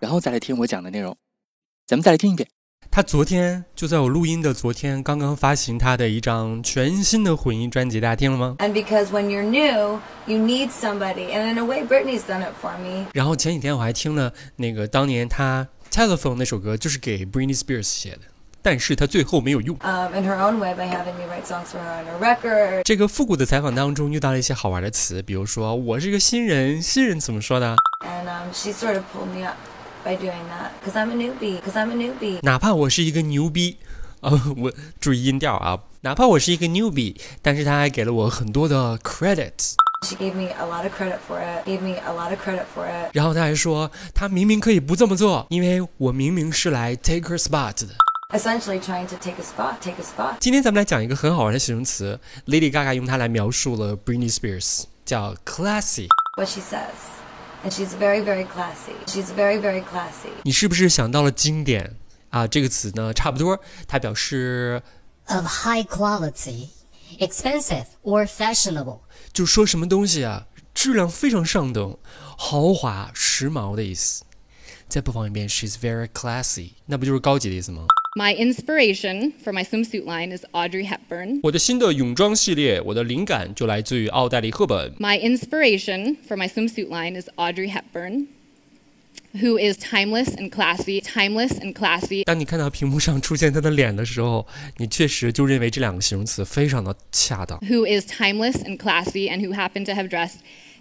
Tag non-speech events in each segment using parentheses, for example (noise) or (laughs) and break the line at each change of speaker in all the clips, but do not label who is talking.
然后再来听我讲的内容。咱们再来听一遍。
他昨天就在我录音的昨天，刚刚发行他的一张全新的混音专辑，大家听了吗？
And because when you're new, you need somebody. And in a way, Britney's done it for me.
然后前几天我还听了那个当年他《Telephone》那首歌，就是给 Britney Spears 写的，但是他最后没有用。
Um, in her own way, by having me write songs for her on her record.
这个复古的采访当中遇到了一些好玩的词，比如说我是个新人，新人怎么说的？
And um, she sort of pulled me up by doing that. Because I'm a newbie. Because I'm a newbie.
哪怕我是一个牛逼啊、我注意音调啊，哪怕我是一个 newbie，但是他还给了我很多的 credits。
She gave me a lot of credit for it. Gave me a lot of credit for it.
然后他还说，他明明可以不这么做，因为我明明是来 take her spot 的。
Essentially trying to take a spot, take a spot.
今天咱们来讲一个很好玩的形容词，Lady Gaga 用它来描述了 Britney Spears，叫 classy。
What she says. And she's very, very classy. She's very, very classy.
你是不是想到了经典啊？这个词呢，差不多，它表示
of high quality, expensive, or fashionable.
就说什么东西啊，质量非常上等、豪华、时髦的意思。再播放一遍，She's very classy，那不就是高级的意思吗？
My inspiration for my swimsuit line is Audrey Hepburn.
我的新的泳装系列，我的灵感就来自于奥黛丽·赫本。
My inspiration for my swimsuit line is Audrey Hepburn, who is timeless and classy, timeless and classy.
当你看到屏幕上出现她的脸的时候，你确实就认为这两个形容词非常的恰当。
who is timeless and classy and who happened to have dressed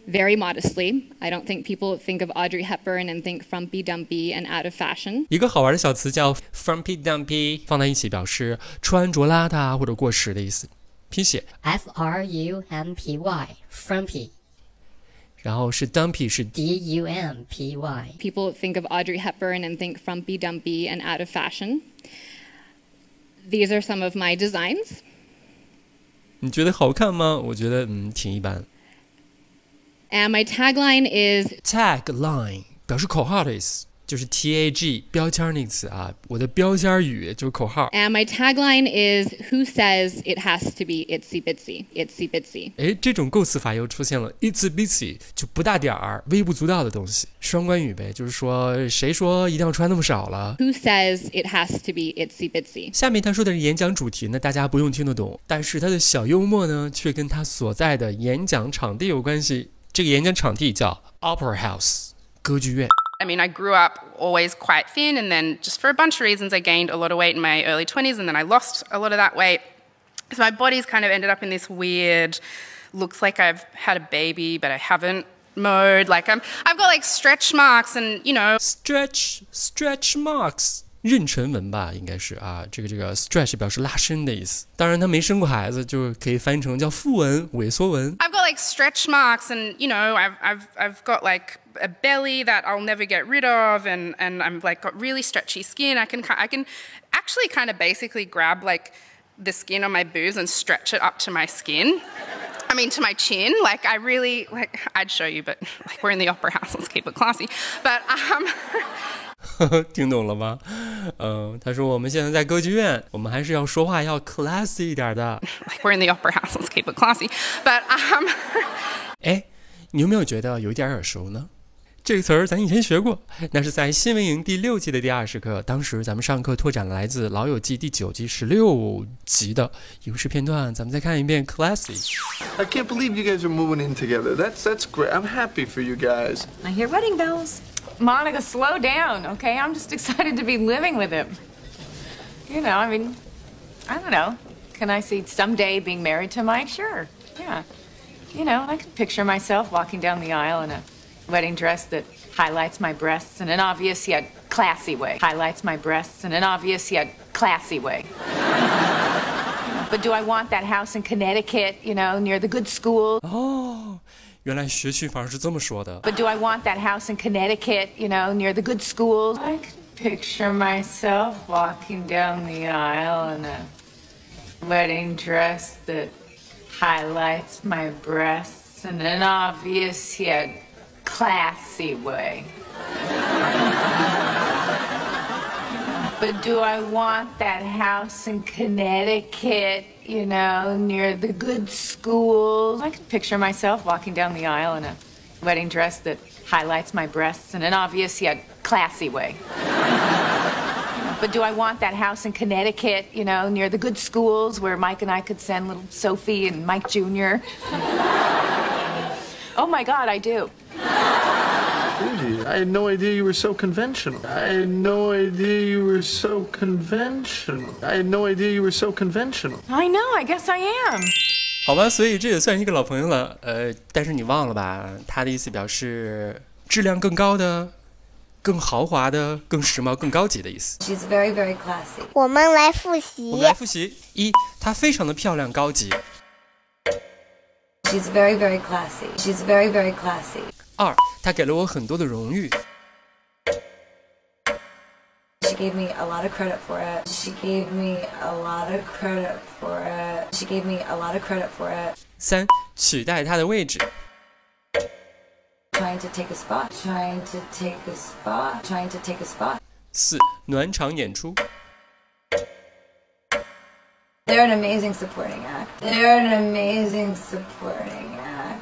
very modestly. I don't think people think of Audrey Hepburn and think frumpy dumpy and out of fashion.
一个好玩的小词叫 frumpy dumpy，放在一起表示穿着邋遢或者过时的意思，拼写。
F R U M P Y, frumpy,
然后是 dumpy 是
D U M P Y.
People think of Audrey Hepburn and think frumpy dumpy and out of fashion. These are some of my designs.
你觉得好看吗？我觉得嗯挺一般。
And my tagline is
tagline 表示口号的意思，就是 T A G 标签儿那个词啊，我的标签儿语就是口号。
and my tagline is who says it has to be itsy bitsy, itsy bitsy.
哎，这种构词法又出现了，itsy bitsy 就不大点儿、微不足道的东西，双关语呗，就是说谁说一定要穿那么少了？
Who says it has to be itsy bitsy?
下面他说的是演讲主题呢，大家不用听得懂，但是他的小幽默呢，却跟他所在的演讲场地有关系。这个演讲场地叫 Opera House 歌剧院。
I mean, I grew up always quite thin, and then just for a bunch of reasons, I gained a lot of weight in my early 20s, and then I lost a lot of that weight. So my body's kind of ended up in this weird, looks like I've had a baby, but I haven't mode. Like, I'm, I've got like stretch marks, and you know,
Stretch stretch marks，妊娠纹吧，应该是啊，这个这个 stretch 表示拉伸的意思。当然，他没生过孩子，就是可以翻译成叫腹纹、萎缩纹。
I've got like stretch marks, and you know, I've, I've, I've got like a belly that I'll never get rid of, and, and I'm like got really stretchy skin. I can, ki- I can actually kind of basically grab like the skin on my boobs and stretch it up to my skin. I mean, to my chin. Like, I really, like, I'd show you, but like, we're in the opera house, let's keep it classy. But, um, (laughs)
(laughs) 听懂了吗？嗯、他说我们现在在歌剧院，我们还是要说话要 classy 一点的。
like, we're in the opera house, let's keep it classy. But, um, (laughs)
哎，你有没有觉得有一点耳熟呢？这个词儿咱以前学过，那是在新闻营第六季的第二十课，当时咱们上课拓展了来自《老友记》第九季十六集的影视片段，咱们再看一遍 classy。
I can't believe you guys are moving in together. That's that's great. I'm happy for you guys.
I hear wedding bells.
Monica, slow down, okay? I'm just (laughs) excited to be living with him. You know, I mean, I don't know. Can I see someday being married to Mike? Sure, yeah. You know, I can picture myself walking down the aisle in a wedding dress that highlights my breasts in an obvious yet classy way. Highlights my breasts in an obvious yet classy way. (laughs) but do I want that house in Connecticut, you know, near the good school?
哦，原来学区房是这么说的。
But do I want that house in Connecticut, you know, near the good schools? I can picture myself walking down the aisle in a wedding dress that highlights my breasts in an obvious yet classy way. (laughs) But do I want that house in Connecticut, you know, near the good schools? I can picture myself walking down the aisle in a wedding dress that highlights my breasts in an obvious yet classy way. (laughs) But do I want that house in Connecticut, you know, near the good schools where Mike and I could send little Sophie and Mike Jr.? oh my God, I do.
Really? I had no idea you were so conventional. I had no idea you were so conventional. I had no idea you were so conventional.
I know, I guess I am.
好吧，所以这也算是一个老朋友了。呃，但是你忘了吧？他的意思表示质量更高的、更豪华的、更时髦、更高级的意思。
She's very, very classy.
我们来复习
我们来复习：一，她非常的漂亮高级；
She's very, very classy. She's very, very classy.
二，她给了我很多的荣誉；
She gave me a lot of credit for it. She gave me a lot of credit for it. She gave me a lot of credit for it.
三，取代她的位置；
Trying to take a spot. Trying to take a spot. Trying to take a spot.
四，暖场演出；
They're an amazing supporting act. They're an amazing supporting act.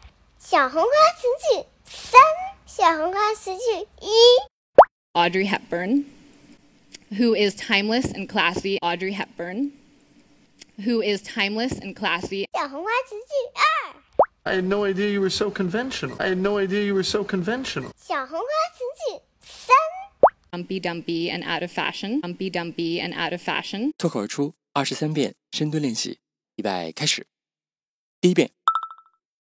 小红花词句三，小红花词句一。
Audrey Hepburn, who is timeless and classy. Audrey Hepburn, who is timeless and classy.
小红花词句二，
I had no idea you were so conventional. I had no idea you were so conventional.
小红花词句三，
Humpy Dumpy and out of fashion. Humpy Dumpy and out of fashion.
脱口而出二十三遍深蹲练习，预备开始。第一遍，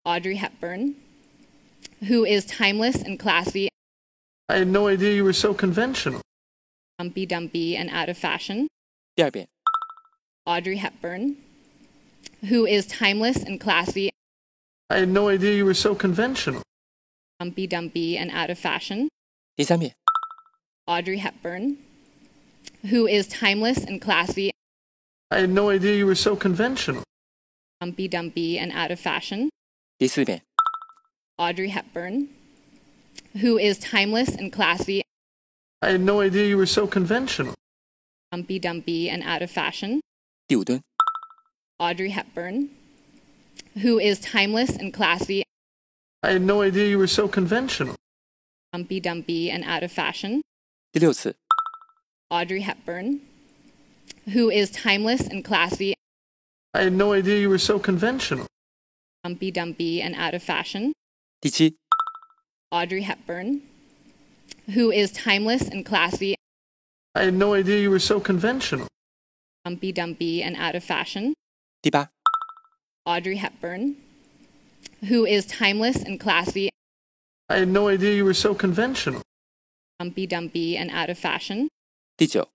Audrey Hepburn, who is timeless and classy.
I had no idea you were so conventional.
Humpy Dumpy and out of fashion.
第二遍，
Audrey Hepburn, who is timeless and classy.
I had no idea you were so conventional.
Humpy Dumpy and out of fashion.
第三遍，
Audrey Hepburn, who is timeless and classy.
I had no idea you were so conventional.
Humpy Dumpy and out of fashion.
第四遍，
Audrey Hepburn, who is timeless and classy.
I had no idea you were so conventional.
Humpy Dumpy and out of fashion.
第五蹲，
Audrey Hepburn, who is timeless and classy.
I had no idea you were so conventional.
Humpy Dumpy and out of fashion.
第六次，
Audrey Hepburn, who is timeless and classy.
I had no idea you were so conventional.
Humpy Dumpy and out of fashion.
第七，
Audrey Hepburn, who is timeless and classy.
I had no idea you were so conventional.
Humpy Dumpy and out of fashion.
第八，
Audrey Hepburn, who is timeless and classy.
I had no idea you were so conventional.
Humpy Dumpy and out of fashion.
第九，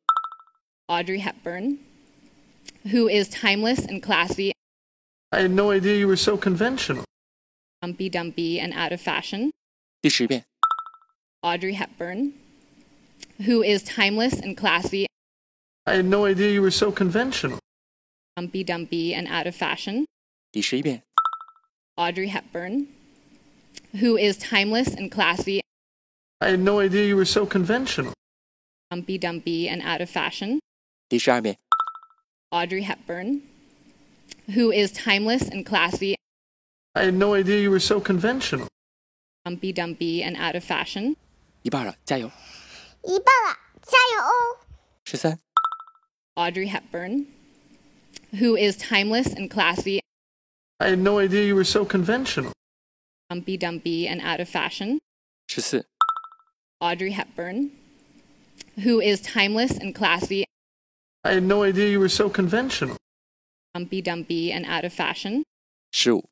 Audrey Hepburn, who is timeless and classy.
I had no idea you were so conventional.
Humpy Dumpy and out of fashion.
第十遍，
Audrey Hepburn, who is timeless and classy.
I had no idea you were so conventional.
Humpy Dumpy and out of fashion.
第十一遍，
Audrey Hepburn, who is timeless and classy.
I had no idea you were so conventional.
Humpy Dumpy and out of fashion.
第十二遍，
Audrey Hepburn, who is timeless and classy.
I had no idea you were so conventional.
Humpy Dumpy and out of fashion.
一半了，加油！
一半了，加油哦！
十三、
Audrey Hepburn, who is timeless and classy.
I had no idea you were so conventional.
humpy dumpy and out of fashion.
十四、
Audrey Hepburn, who is timeless and classy,
I had no idea you were so conventional.
humpy dumpy and out of fashion.
十五、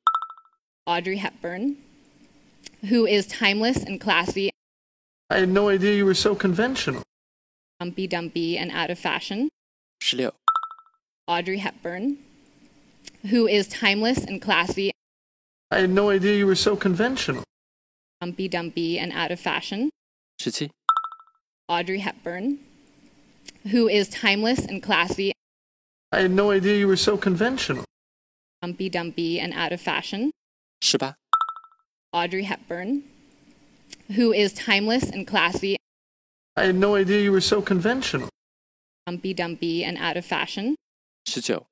Audrey Hepburn, who is timeless and classy,
I had no idea you were so conventional.
humpy dumpy and out of fashion.
十六、
Audrey Hepburn, who is timeless and classy,
I had no idea you were so conventional.
humpy dumpy and out of fashion.
十七、
Audrey Hepburn, who is timeless and classy,
I had no idea you were so conventional.
humpy dumpy and out of fashion.
十八、
Audrey Hepburn, who is timeless and classy,
I had no idea you were so conventional.
humpy dumpy and out of fashion.
十九、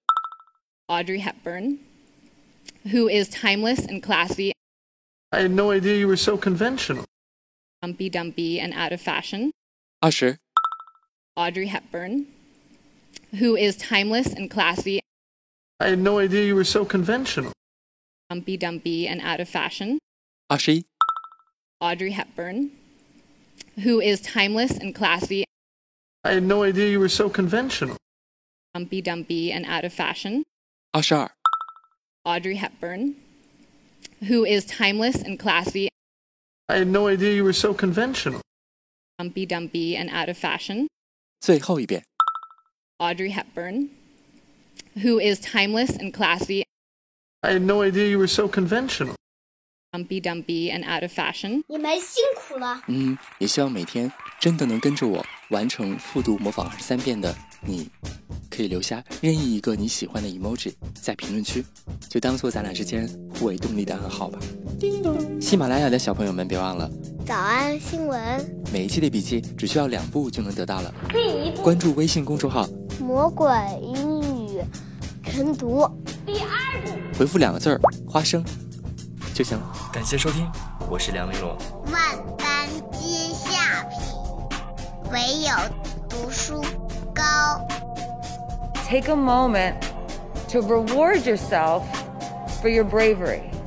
Audrey Hepburn, who is timeless and classy,
I had no idea you were so conventional.
humpy dumpy and out of fashion.
二十、
Audrey Hepburn, who is timeless and classy,
I had no idea you were so conventional.
humpy dumpy and out of fashion.
二十一、
Audrey Hepburn, who is timeless and classy,
I had no idea you were so conventional.
humpy dumpy and out of fashion.
二十二、
Audrey Hepburn, who is timeless and classy,
I had no idea you were so conventional.
humpy dumpy and out of fashion.
最后一遍。
Audrey Hepburn, who is timeless and classy,
I had no idea you were so conventional.
humpy dumpy and out of fashion.
你们辛苦了。
嗯，也希望每天真的能跟着我完成复读模仿二十三遍的你，可以留下任意一个你喜欢的 emoji 在评论区，就当做咱俩之间互为动力的暗号吧。喜马拉雅的小朋友们，别忘了
早安新闻，
每一期的笔记只需要两步就能得到了。
可以一
关注微信公众号，
魔鬼英语晨读。
回复两个字儿“花生”就行了。感谢收听，我是梁丽罗。
万般皆下品，唯有读书高。
Take a moment to reward yourself for your bravery.